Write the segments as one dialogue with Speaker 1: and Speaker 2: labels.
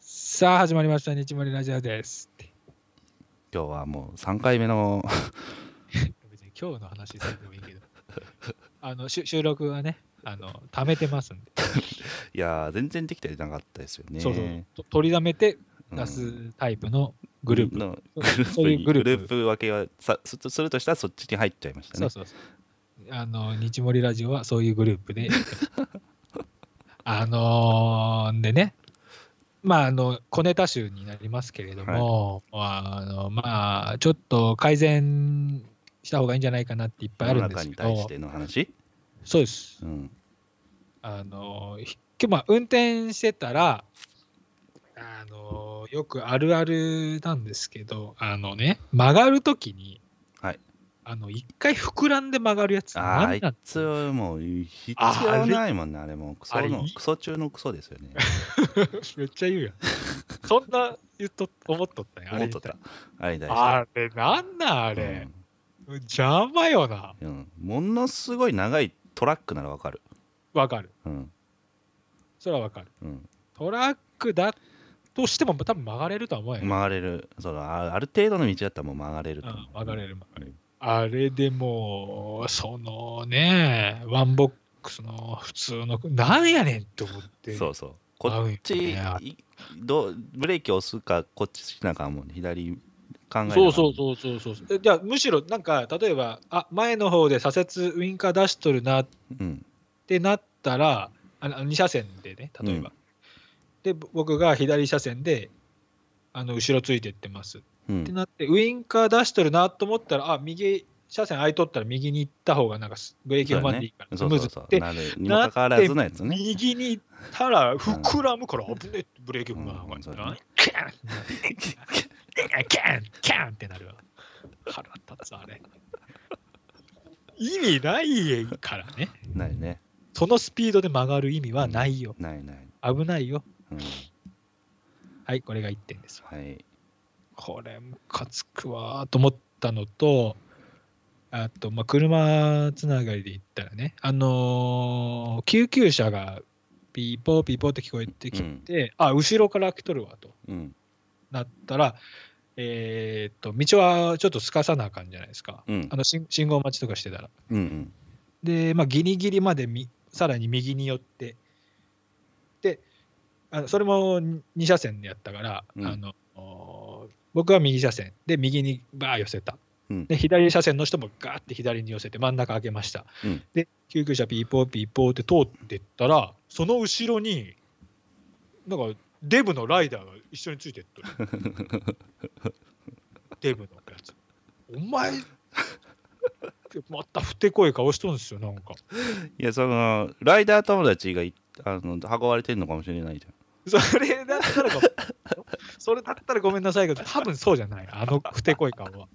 Speaker 1: さあ始まりました日森ラジオですって
Speaker 2: 今日はもう3回目の
Speaker 1: 別に今日の話するでもいいけどあのしゅ収録はねあの貯めてますんで、
Speaker 2: いやー全然できてなかったですよね
Speaker 1: そうそうと取りだめて
Speaker 2: うん
Speaker 1: 出すタイプのグループ、
Speaker 2: の
Speaker 1: そう
Speaker 2: グル
Speaker 1: そうい
Speaker 2: ー
Speaker 1: う
Speaker 2: プ
Speaker 1: グ
Speaker 2: グ
Speaker 1: ル
Speaker 2: ル
Speaker 1: ー
Speaker 2: ー
Speaker 1: プ
Speaker 2: プ分けはさすするとしたらそっちに入っちゃいました
Speaker 1: そ
Speaker 2: ね
Speaker 1: うそうそうあの日森ラジオはそういうグループで あのーでねまああの小ネタ集になりますけれども、あのまあちょっと改善した方がいいんじゃないかなっていっぱいあ
Speaker 2: 世の
Speaker 1: るんです
Speaker 2: 中
Speaker 1: け
Speaker 2: に対し
Speaker 1: ど
Speaker 2: ての話、
Speaker 1: そうです
Speaker 2: うん、
Speaker 1: あのひ今日まあ運転してたらあのよくあるあるなんですけどあのね曲がるときに、
Speaker 2: はい
Speaker 1: あの一回膨らんで曲がるやつ
Speaker 2: ああ
Speaker 1: 何
Speaker 2: い
Speaker 1: なん
Speaker 2: つはもう必要ないもんねあれもうクソ
Speaker 1: あ
Speaker 2: の
Speaker 1: れ
Speaker 2: クソ中のクソですよね
Speaker 1: めっちゃ言うやん そんな言っと思っとったん やあ
Speaker 2: 思
Speaker 1: れ
Speaker 2: っ
Speaker 1: 自
Speaker 2: と
Speaker 1: 体
Speaker 2: ったあれに対して
Speaker 1: あれなんなんあれ、邪魔よな
Speaker 2: うんうんものすごい長いトラックならわかる
Speaker 1: わかる
Speaker 2: うん
Speaker 1: それはわかる
Speaker 2: うん、
Speaker 1: トラックだとしても多分曲がれるとは思うよ、
Speaker 2: 曲がれるそのあある程度の道だったらもう曲がれると
Speaker 1: う
Speaker 2: 思
Speaker 1: ん
Speaker 2: う、
Speaker 1: 曲がれる曲がれ
Speaker 2: う
Speaker 1: る
Speaker 2: ん。
Speaker 1: あれでもう、そのね、ワンボックスの普通の、なんやねんって思って。
Speaker 2: そうそうこ
Speaker 1: 合うよ
Speaker 2: っち
Speaker 1: ね
Speaker 2: いどうブレーキ押すかこっちしなかもね左考え
Speaker 1: そうそううそうそうそうえじゃあむしろなんか例えばあ前の方で左折ウインカー出しとるなっ
Speaker 2: うん
Speaker 1: てなったらあの2車線でね例えば、
Speaker 2: う
Speaker 1: で僕が左車線であの後ろついてってますっ
Speaker 2: う
Speaker 1: て
Speaker 2: ん
Speaker 1: なってウインカー出しとるなと思ったらあ右車線空いとったら右に行った方がなんかすブレーキ踏まんでいいからス
Speaker 2: そう
Speaker 1: ム
Speaker 2: そ
Speaker 1: ー
Speaker 2: う
Speaker 1: ズっ
Speaker 2: そう
Speaker 1: て
Speaker 2: なるにもかかわらずのやつね
Speaker 1: 右に行ったら膨らむから危ねえってブレーキ踏まなあかん
Speaker 2: うんそう
Speaker 1: な
Speaker 2: だ
Speaker 1: ん
Speaker 2: ね
Speaker 1: キャンキャンキャンってなるわ腹立つあれ意味ないからね
Speaker 2: ないね
Speaker 1: そのスピードで曲がる意味はないよ
Speaker 2: ないない、
Speaker 1: 危ないよ
Speaker 2: うん、
Speaker 1: はいこれが1点ですわ
Speaker 2: はい
Speaker 1: これムカつくわーと思ったのとあと、まあ、車つながりで言ったらねあのー救急車がピーポーピーポーって聞こえてきて、あ後ろから来とるわと
Speaker 2: うん
Speaker 1: なったらえーっと道はちょっとすかさなあかんじゃないですか
Speaker 2: うん
Speaker 1: あの信信号待ちとかしてたら
Speaker 2: うんうん
Speaker 1: で、まあ、ギリギリまでみさらに右に寄ってであのそれも2車線でやったから、
Speaker 2: うん
Speaker 1: あのおー僕は右車線で右にバー寄せた、
Speaker 2: うん
Speaker 1: で左車線の人もガーって左に寄せて真ん中開けました、
Speaker 2: うん
Speaker 1: で救急車ピーポーピーポーって通ってったらその後ろになんかデブのライダーが一緒についてっとる デブのやつお前またふてこい顔しとるんですよなんか
Speaker 2: いやそのライダー友達がいあの運ばれてんのかもしれないじゃん
Speaker 1: それだったらごそれだったらごめんなさいけど、多分そうじゃない。あのふてこい顔は。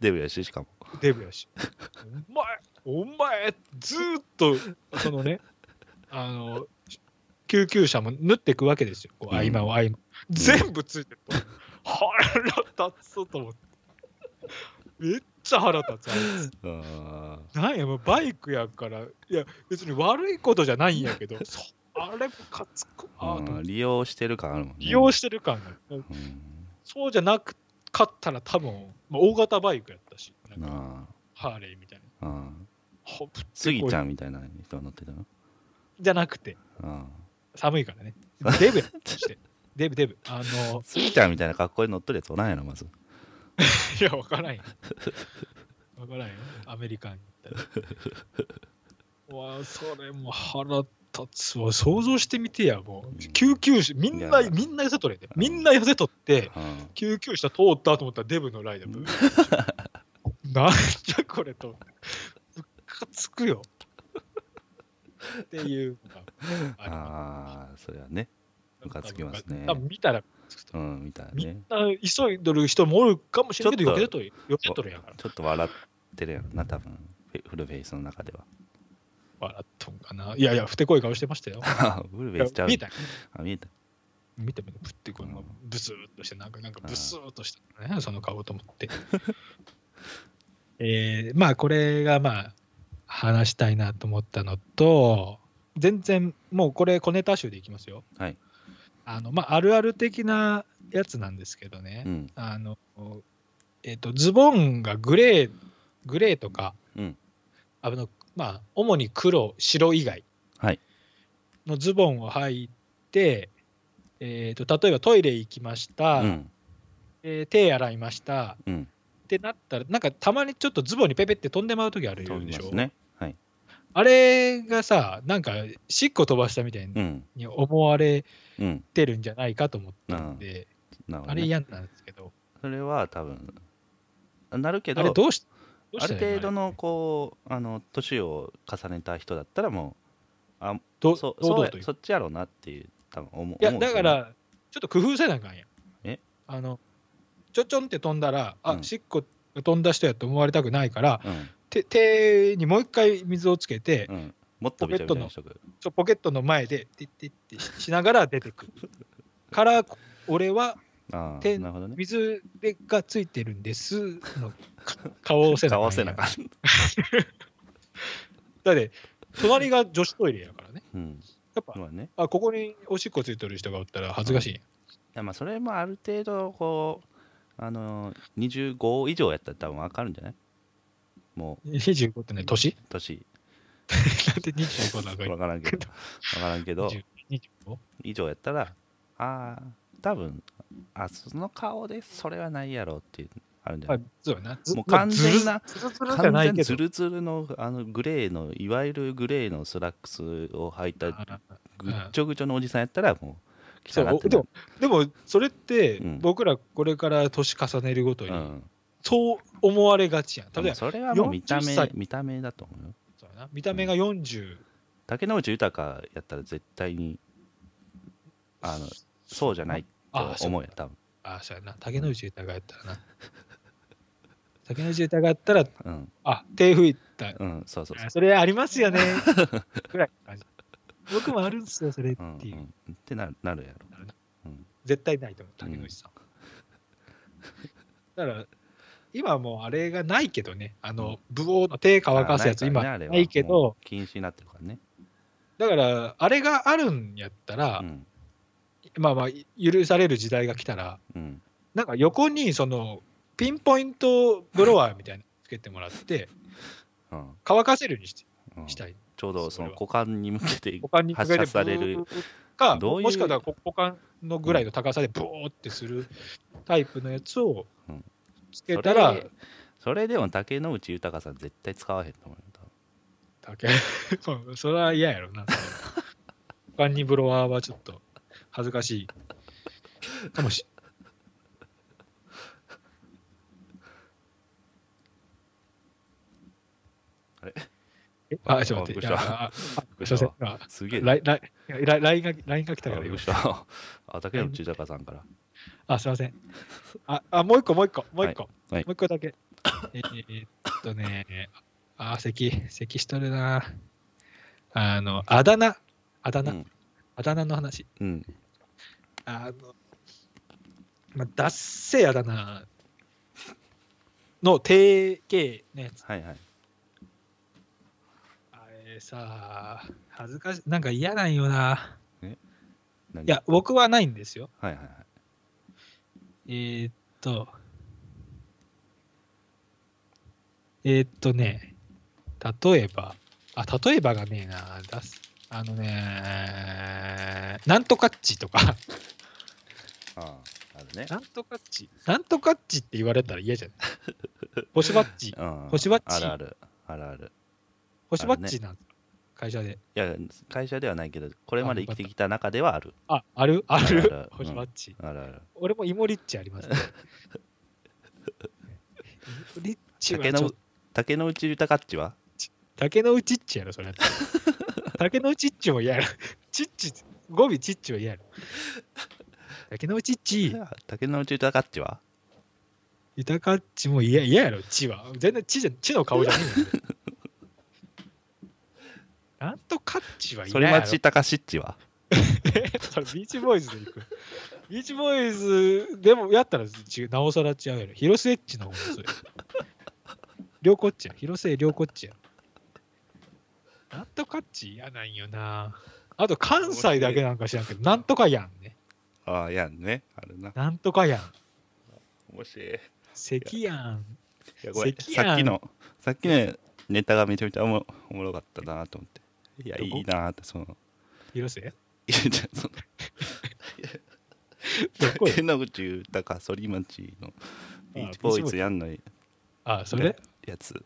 Speaker 2: デブやししかも
Speaker 1: デブやし。お前、お前、ずーっと、そのね、あの、救急車も縫っていくわけですよ。こう合間を合間。全部ついてる。腹立つと思って。めっちゃ腹立つあいつ。
Speaker 2: あ
Speaker 1: なんや、もうバイクやから、いや、別に悪いことじゃないんやけど、そうあれムカつく
Speaker 2: ー
Speaker 1: わと思っ
Speaker 2: うん
Speaker 1: て
Speaker 2: 利用してる感あるもんね
Speaker 1: 利用してる感が。
Speaker 2: うん
Speaker 1: そうじゃなかったら多分、まあ、大型バイクやったし、なんか
Speaker 2: あ
Speaker 1: ハーレーみたいな。
Speaker 2: ーあー
Speaker 1: ほぶってこい
Speaker 2: スギちゃんみたいな人が乗ってたの
Speaker 1: じゃなくて、
Speaker 2: あ
Speaker 1: 寒いからね。デブやと して。デブ、デブ。あの
Speaker 2: ー、スギちゃんみたいな格好で乗っとるやつおらんやろまず
Speaker 1: いや、わからんよ。わからんよ。アメリカンに行ったら。わあ、それも腹立つわ。想像してみてや、もう。救急車、みん
Speaker 2: い
Speaker 1: な、
Speaker 2: や
Speaker 1: みんな寄せとれて。みんな寄せとって、
Speaker 2: うん
Speaker 1: 救急車通ったと思ったらデブのライダーブー。 なんじゃこれと。むかつくよ。っていうのがありま
Speaker 2: ああ、それはね。
Speaker 1: す
Speaker 2: ムカつきますね
Speaker 1: 多分見たら、
Speaker 2: うん、みたい
Speaker 1: み
Speaker 2: ね
Speaker 1: ん。な急いどる人もおるかもしれないけど、
Speaker 2: ちょ
Speaker 1: 避
Speaker 2: っ
Speaker 1: けとる、避けとるやから。
Speaker 2: ちょっと笑ってるやろな、多分フェフルフェイスの中では。
Speaker 1: 笑っとんかな。いやいや、ふてこい顔してましたよ。
Speaker 2: あフルフェイスちゃう。
Speaker 1: 見えた
Speaker 2: あ見えた。
Speaker 1: 見てみて、ふってこいのブスーっとして、なんか、なんかブスーっとしたね、その顔と思って。 えー、まあ、これが、まあ、話したいなと思ったのと、全然、もうこれ、小ネタ集でいきますよ。
Speaker 2: はい。
Speaker 1: あの、まあ、あるある的なやつなんですけどね、
Speaker 2: うん
Speaker 1: あの、えっ、と、ズボンがグレー、グレーとか、
Speaker 2: うん
Speaker 1: あの、まあ、主に黒、白以外
Speaker 2: はい
Speaker 1: のズボンを履いて、えっ、と、例えばトイレ行きました、
Speaker 2: うん
Speaker 1: えー手洗いました、
Speaker 2: うん
Speaker 1: ってなったら、なんかたまにちょっとズボンにペペって飛んでまうときあるでしょ
Speaker 2: 飛びますねはい
Speaker 1: あれがさ、なんか、しっこ飛ばしたみたい
Speaker 2: うん
Speaker 1: に思われ
Speaker 2: うん
Speaker 1: てるんじゃないかと思ったんで、
Speaker 2: なるほ
Speaker 1: あ
Speaker 2: どね
Speaker 1: れ嫌なんですけど、
Speaker 2: それは多分なるけ
Speaker 1: あ
Speaker 2: ど
Speaker 1: れどうし、どう
Speaker 2: あ
Speaker 1: し
Speaker 2: る
Speaker 1: たらいい
Speaker 2: 程度のこうあの年を重ねた人だったらも
Speaker 1: ど
Speaker 2: うそ
Speaker 1: 堂
Speaker 2: そう
Speaker 1: 々
Speaker 2: や
Speaker 1: という
Speaker 2: そっちやろうなっていう多分思う
Speaker 1: いや、
Speaker 2: 思うんで
Speaker 1: だ
Speaker 2: す
Speaker 1: か
Speaker 2: よね
Speaker 1: ら、ちょっと工夫せなあかんやん。
Speaker 2: え
Speaker 1: あの、ちょちょんって飛んだら、あ、
Speaker 2: うん
Speaker 1: しっこ飛んだ人やと思われたくないから、
Speaker 2: うん
Speaker 1: 手手にもう一回水をつけて、
Speaker 2: うんもっとびちゃびちゃにしとく
Speaker 1: ちょポケットの前で、ティッティッティししながら出てくる。から、俺は
Speaker 2: ああ
Speaker 1: 手
Speaker 2: なるほどね
Speaker 1: 水がついてるんですのか顔をせなあ
Speaker 2: 顔
Speaker 1: かんやん
Speaker 2: 合わせなあかった
Speaker 1: だって、隣が女子トイレやからね。
Speaker 2: うん
Speaker 1: やっぱ、
Speaker 2: まあね
Speaker 1: あここにおしっこついてる人がおったら恥ずかしいやん。
Speaker 2: いやまあそれもある程度こうあのー25以上やったら多分わかるんじゃないも
Speaker 1: 25ってね、年
Speaker 2: う年
Speaker 1: だって25なんか
Speaker 2: わからんけどわからんけど
Speaker 1: 25?
Speaker 2: 以上やったらああ多分あその顔でそれはないやろうっていうあるんじゃ
Speaker 1: ま
Speaker 2: な
Speaker 1: あ
Speaker 2: い、、
Speaker 1: そうやな。ず
Speaker 2: もう完全な
Speaker 1: まあずるずるずるじゃ
Speaker 2: 完
Speaker 1: ない
Speaker 2: 全
Speaker 1: け
Speaker 2: ズ
Speaker 1: ど。
Speaker 2: ルズルのあのグレーのいわゆるグレーのスラックスを履いた
Speaker 1: あ
Speaker 2: ぐっちょぐちょのおじさんやったらもう
Speaker 1: そ
Speaker 2: 汚
Speaker 1: う
Speaker 2: って
Speaker 1: で
Speaker 2: な
Speaker 1: もでも、それって
Speaker 2: うん
Speaker 1: 僕らこれから年重ねるごとに、
Speaker 2: うん、
Speaker 1: そう思われがちやん。例え
Speaker 2: でも
Speaker 1: ば、
Speaker 2: それはもう見た
Speaker 1: 40
Speaker 2: 目
Speaker 1: 歳
Speaker 2: 見た目だと思うよ
Speaker 1: そうやな見た目が40、
Speaker 2: 竹野内豊やったら絶対にあのそうじゃない
Speaker 1: あ
Speaker 2: と思うよ多分
Speaker 1: あ、そうやな。竹野内豊やったらな。竹野内豊やったら、
Speaker 2: うん
Speaker 1: あ、手拭いた。
Speaker 2: うんそうそうそう
Speaker 1: あそれあります よね。ぐらいの感じ。僕もあるんですよ、それっ
Speaker 2: うん
Speaker 1: ていう。
Speaker 2: うん、ってななるやろ
Speaker 1: 絶対ないと思う、竹野内さん。だから、今はもうあれがないけどね、あの、ブオーの手乾かすやつ、
Speaker 2: あ
Speaker 1: 今
Speaker 2: ないからねあれは
Speaker 1: ないけ
Speaker 2: もう
Speaker 1: ど、
Speaker 2: 禁止になってるからね、
Speaker 1: だから、あれがあるんやったら
Speaker 2: う、ん
Speaker 1: まあまあ、許される時代が来たら、
Speaker 2: うん、
Speaker 1: なんか横に、その、ピンポイントブロワーみたいなのつけてもらって、
Speaker 2: うん
Speaker 1: 乾かせるようにし
Speaker 2: うん
Speaker 1: したい。
Speaker 2: ちょうどそ
Speaker 1: そ
Speaker 2: の
Speaker 1: れは
Speaker 2: 股間に向け て
Speaker 1: 股間に
Speaker 2: 発射される
Speaker 1: ブーか、
Speaker 2: どういう
Speaker 1: もしくはだから股間のぐらいの高さでブオーってするタイプのやつを
Speaker 2: うん
Speaker 1: つけたら、
Speaker 2: それそれでも竹野内豊さん絶対使わへんと思うよ多分
Speaker 1: 竹まあそれは嫌やろな。他にブロワーはちょっと恥ずかしい。かもし
Speaker 2: あれ
Speaker 1: えあ、ちょっと待って。
Speaker 2: あびっくりした
Speaker 1: ああ
Speaker 2: びっくり
Speaker 1: すい
Speaker 2: し
Speaker 1: ま
Speaker 2: た
Speaker 1: せん。あ
Speaker 2: すげえ
Speaker 1: LINE が LINE が LINE が来た
Speaker 2: あ
Speaker 1: から
Speaker 2: び
Speaker 1: 今
Speaker 2: っくりしたあ竹野内豊さんから
Speaker 1: あ、すいません。あ、あもう一個、もう一個、もう一個。
Speaker 2: いはい
Speaker 1: もう一個だけ。えーっとね、あ、咳、咳しとるな。あの、あだ名、あだ名、
Speaker 2: うん
Speaker 1: あだ名の話。
Speaker 2: うん
Speaker 1: あの、まあ、ダッセーあだ名の定型のやつ。
Speaker 2: はいはい
Speaker 1: あれさ、恥ずかしい、なんか嫌なんよな。
Speaker 2: 何
Speaker 1: いや、僕はないんですよ。
Speaker 2: はいはいはい
Speaker 1: えーっと、えーっとね、例えば、あ、例えばがねえな、出す。あのね、なんとかっちと か、
Speaker 2: あああるね
Speaker 1: なんとかっち、なんとかっちって言われたら嫌じゃない。星バッチ、
Speaker 2: うん
Speaker 1: 星バッチ
Speaker 2: あるあるあるある
Speaker 1: 星バッチなんですか会社で。
Speaker 2: いや会社ではないけどこれまで生きてきた中ではある
Speaker 1: あ、あるあ
Speaker 2: あるある
Speaker 1: る
Speaker 2: うん
Speaker 1: 星バッチ。
Speaker 2: あるある
Speaker 1: 俺もイモリッチありますね。 イモリッチは
Speaker 2: 竹
Speaker 1: ちょっ
Speaker 2: 野
Speaker 1: と
Speaker 2: 竹野内豊っちは
Speaker 1: 竹の内っちやろ、それ。竹の内っちも嫌やろ。ちっち、語尾ちっちは嫌やろ。竹の内っち、
Speaker 2: 竹野内豊っちは
Speaker 1: 豊かっちも嫌嫌やろ、ちは。全然ちじゃ、ちの顔じゃねえよ。なんとかっちは嫌
Speaker 2: 反
Speaker 1: やろ。
Speaker 2: 町隆史っちは
Speaker 1: それビーチボーイズで行く。ビーチボーイズでもやったら違うなおさら違うやろ。広瀬エッチの方がそれ。両こっちや。広瀬両こっちや。なんとかっち嫌なんよな。あと関西だけなんか知らんけど、なんとかやんね。
Speaker 2: ああ、やんね。あるな。
Speaker 1: なんとかやん。
Speaker 2: もしい。
Speaker 1: 咳やん。
Speaker 2: いやごめん
Speaker 1: 関やん
Speaker 2: さっきの、さっきのネタがめちゃめちゃおもおもろかったなと思って。いや、
Speaker 1: ど
Speaker 2: い
Speaker 1: こ
Speaker 2: いなって、その、
Speaker 1: 広瀬
Speaker 2: いやじゃあその
Speaker 1: どこよ
Speaker 2: 竹野内豊反町のビーチボーイズやんの
Speaker 1: あ、それ
Speaker 2: やつ。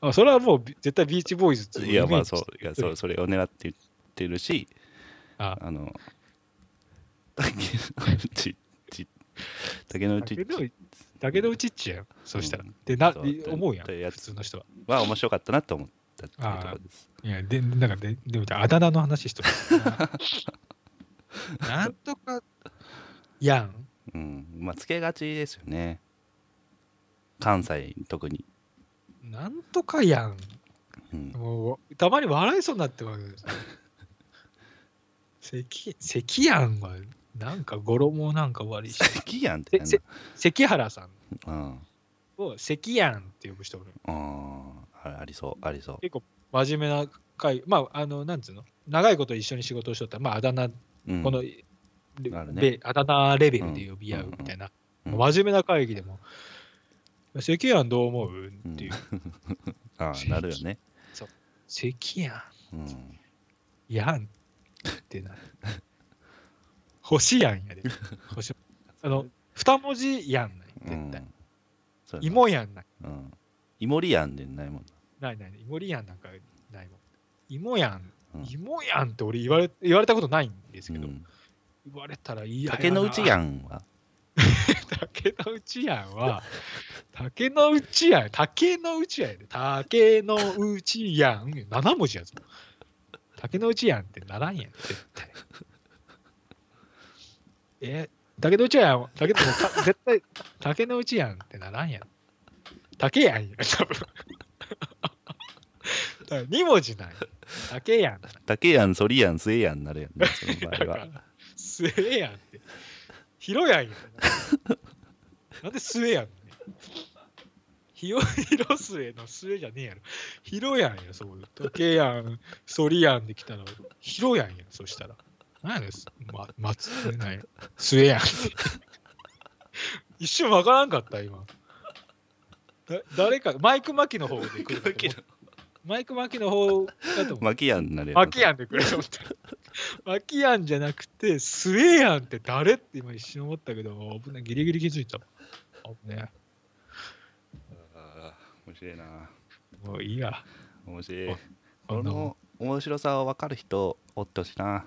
Speaker 1: あそれはもうび絶対ビーチボーイズっていう
Speaker 2: いや、まあそう
Speaker 1: イメージ、
Speaker 2: いやそうそれを狙って言ってるし、
Speaker 1: あ
Speaker 2: あの、竹野内、ち竹野内
Speaker 1: だけど、だけどうちっちやん。そうしたら。
Speaker 2: うん
Speaker 1: で、な、
Speaker 2: そう
Speaker 1: い思うやん。
Speaker 2: でやつ
Speaker 1: 普通の人は。
Speaker 2: は面白かったなと思ったっていうところです。
Speaker 1: いや、で、なんかで、でも、あだ名の話しとる。なんとか、やん。
Speaker 2: うん。まあ、つけがちですよね。関西、特に。
Speaker 1: なんとかやん。
Speaker 2: うん、
Speaker 1: もう、たまに笑いそうになってまうよ。関、関やんは、なんか語呂もなんか悪いし。
Speaker 2: 関やんってなんだ
Speaker 1: せ関原さん
Speaker 2: うん。
Speaker 1: を関やんって呼ぶ人おる。
Speaker 2: うんあありそう、ありそう。
Speaker 1: 結構真面目な回、まあ、あの、なんつうの長いこと一緒に仕事をしとったら、まあ、あだ名、
Speaker 2: うん
Speaker 1: この、レ
Speaker 2: あるね
Speaker 1: レあだ名レベルで呼び合うみたいな、
Speaker 2: うんうん
Speaker 1: 真面目な会議でも、関やんどう思うっていう、
Speaker 2: ああなるよね。
Speaker 1: 関や
Speaker 2: うん、
Speaker 1: ん、やんってなる。星やんやで。星あの、二文字やんない、絶対。
Speaker 2: うんそうやな、
Speaker 1: 芋やんない。
Speaker 2: うん。芋りやんでないもん
Speaker 1: ないないない、芋りやんなんかないもん。芋やん
Speaker 2: うん、
Speaker 1: 芋やんって俺言われ言われたことないんですけ
Speaker 2: な。う
Speaker 1: ど、
Speaker 2: ん
Speaker 1: 言われたらいいや
Speaker 2: 竹の内や
Speaker 1: ん。
Speaker 2: んは。
Speaker 1: 竹の内やんは、竹の内やん、竹の内やんやで、竹の内やん、7文字やぞ。竹の内やんってならんやん、絶対。え、竹の内やん、竹のた絶対、竹の内やんってならんやん。竹やんや、多分。だから2文字なんや。竹やん。
Speaker 2: 竹やん、そりやん、すえやんなるやんね、その
Speaker 1: だか
Speaker 2: 場合 は
Speaker 1: ら。、すえやんって。ひろやんやん。なんですえやんね。ひろ、ひろすえのすえじゃねえやろ。ひろやんや、そう。時計やん、そりやんできたら、ひろやんや、そしたら。なんやねん、すま、まつ、なんや。すえやんって。一瞬わからんかった、今。だ誰か、マイク・マキの方で来るかと思った。マイク・マキの方だと思った
Speaker 2: まきやんになるやん。
Speaker 1: マキアンでくれと思った。マキアンじゃなくて、スエヤンって誰って今一瞬思ったけど、危ない、ギリギリ気づいた。危ね
Speaker 2: あー面白いな。
Speaker 1: もういいや。
Speaker 2: 面白い
Speaker 1: あ。
Speaker 2: この面白さを分かる人おってほしいな。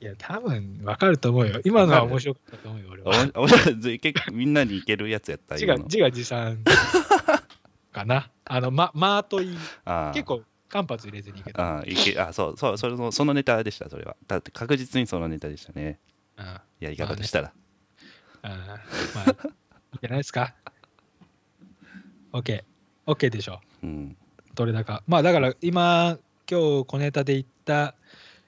Speaker 1: いや、多分分かると思うよ。今のは面白かったと思うよ、俺
Speaker 2: お
Speaker 1: は。
Speaker 2: も面白いぜ 結構みんなにいけるやつやった
Speaker 1: 字
Speaker 2: 今
Speaker 1: が
Speaker 2: の
Speaker 1: 字が自賛かな。あの、ま、まあといい。
Speaker 2: あー
Speaker 1: 結構、間髪入れずにいけた。
Speaker 2: あーいけあそうそうそれのそのネタでしたそれはだって確実にそのネタでしたね
Speaker 1: うん。うん。
Speaker 2: やり方としたら、
Speaker 1: まあ、いいんじゃないですか。OK。OK でしょ。
Speaker 2: うん
Speaker 1: どれだか。まあ、だから今、今日小ネタで言った、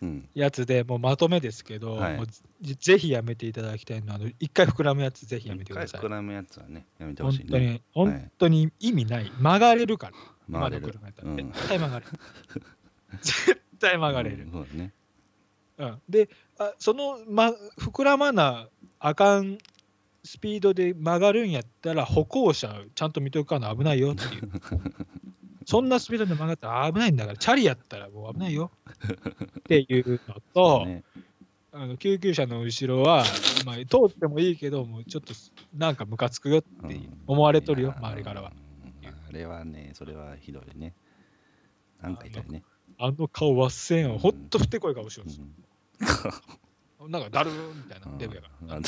Speaker 2: うん
Speaker 1: やつでもうまとめですけど、
Speaker 2: はい
Speaker 1: もうぜぜひやめていただきたいのはあの一回膨らむやつぜひやめてください
Speaker 2: 一回膨らむやつはねやめてほ
Speaker 1: 本
Speaker 2: しい
Speaker 1: 当
Speaker 2: ね
Speaker 1: に本当に意味ない、曲がれるから
Speaker 2: 回れ
Speaker 1: 今の
Speaker 2: る
Speaker 1: 車やった
Speaker 2: う
Speaker 1: ら
Speaker 2: ん
Speaker 1: 絶対曲がれ る絶対曲がれ
Speaker 2: う
Speaker 1: る
Speaker 2: ん、そうだね
Speaker 1: うんであその、ま、膨らまなあかんスピードで曲がるんやったら歩行者ちゃんと見とかな危ないよっ ていうそんなスピードで曲がったら危ないんだからチャリやったらもう危ない よっていうのと、
Speaker 2: ね
Speaker 1: あの救急車の後ろ は、まあ、通ってもいいけどもうちょっとなんかムカつくよって思われとるよ、
Speaker 2: うん
Speaker 1: 周りからは。
Speaker 2: うんあれはねそれはひどいねなんか痛いね
Speaker 1: あの顔わっせん
Speaker 2: う
Speaker 1: を
Speaker 2: ん
Speaker 1: ほんとふてこい顔しよう
Speaker 2: う
Speaker 1: んするなんかだるーみたいな
Speaker 2: うん
Speaker 1: デブやから
Speaker 2: うん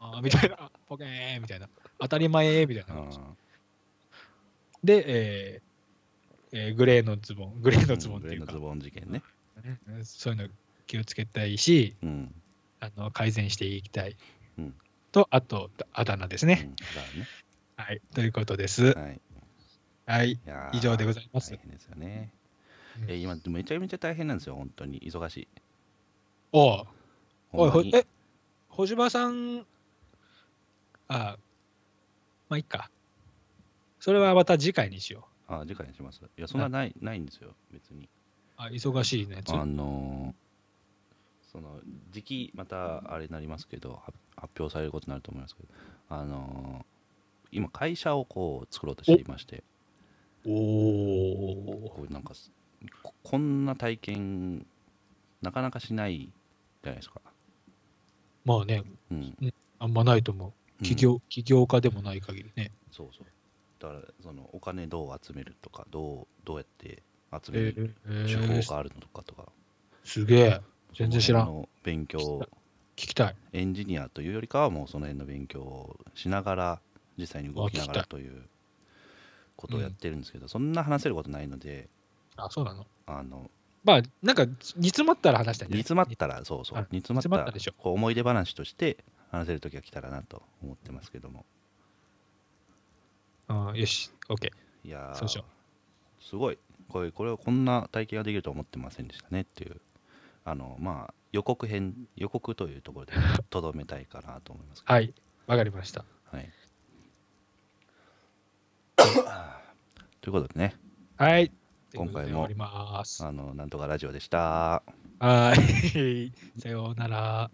Speaker 1: あーみたいなポケーンみたいな当たり前みたいな
Speaker 2: う
Speaker 1: 感
Speaker 2: ん
Speaker 1: じで、えーえーグレーのズボングレーのズボンって
Speaker 2: グレ
Speaker 1: い
Speaker 2: ー
Speaker 1: う
Speaker 2: の
Speaker 1: か
Speaker 2: ズ、ボン事件ね
Speaker 1: うんそういうの気をつけたいし
Speaker 2: うん
Speaker 1: あの改善していきたい、
Speaker 2: うん
Speaker 1: とあとあだ名です
Speaker 2: う
Speaker 1: ね、
Speaker 2: んだ
Speaker 1: はいということです
Speaker 2: からねはい
Speaker 1: はい
Speaker 2: いやー
Speaker 1: 以上でございます
Speaker 2: 大変ですよね
Speaker 1: うん
Speaker 2: え今めちゃめちゃ大変なんですよ本当に忙しい
Speaker 1: おうおい
Speaker 2: ほ
Speaker 1: ほ
Speaker 2: んまに
Speaker 1: え小島さんあまあいいかそれはまた次回にしよ
Speaker 2: あ次回にしますいやそんなないないんですよ別に
Speaker 1: うあ忙しいねつ
Speaker 2: あのーその時期またあれになりますけどは発表されることになると思いますけどあのー今会社をこう作ろうとしていまして
Speaker 1: おお
Speaker 2: こうなんかすここんな体験なかなかしないじゃないですか、
Speaker 1: まあね、
Speaker 2: うん、
Speaker 1: あんまないと思う。起業、起業家でもない限りね。
Speaker 2: そうそうだからそのお金どう集めるとかどうどうやって集め
Speaker 1: え
Speaker 2: る
Speaker 1: ー
Speaker 2: 手法があるのかとか、
Speaker 1: すげえ。全然知ら
Speaker 2: そ
Speaker 1: ん。
Speaker 2: の辺の勉強
Speaker 1: 聞きたい。
Speaker 2: エンジニアというよりかはもうその辺の勉強をしながら実際に動きなが
Speaker 1: あ聞
Speaker 2: ら
Speaker 1: き
Speaker 2: ということをやってるんですけど、そんな話せることないので
Speaker 1: あ、そうなの。
Speaker 2: あの
Speaker 1: まあ、なんか、煮詰まったら話したいね
Speaker 2: 煮詰まったらそうそう
Speaker 1: あ
Speaker 2: 煮詰まった
Speaker 1: 煮詰まったでしょ
Speaker 2: こう思い出話として話せる時が来たらなと思ってますけども
Speaker 1: うん、よし、OK。
Speaker 2: いやー
Speaker 1: そうしよ
Speaker 2: すごいこれこれはこんな体験ができるとは思ってませんでしたねっていうあのまあ予告編予告というところでとどめたいかなと思いますけど
Speaker 1: はい、わかりました。
Speaker 2: はい。 ということでね、
Speaker 1: はい。
Speaker 2: 今回も
Speaker 1: ということで終わります。
Speaker 2: あのなんとかラジオでした。
Speaker 1: はい。さようなら。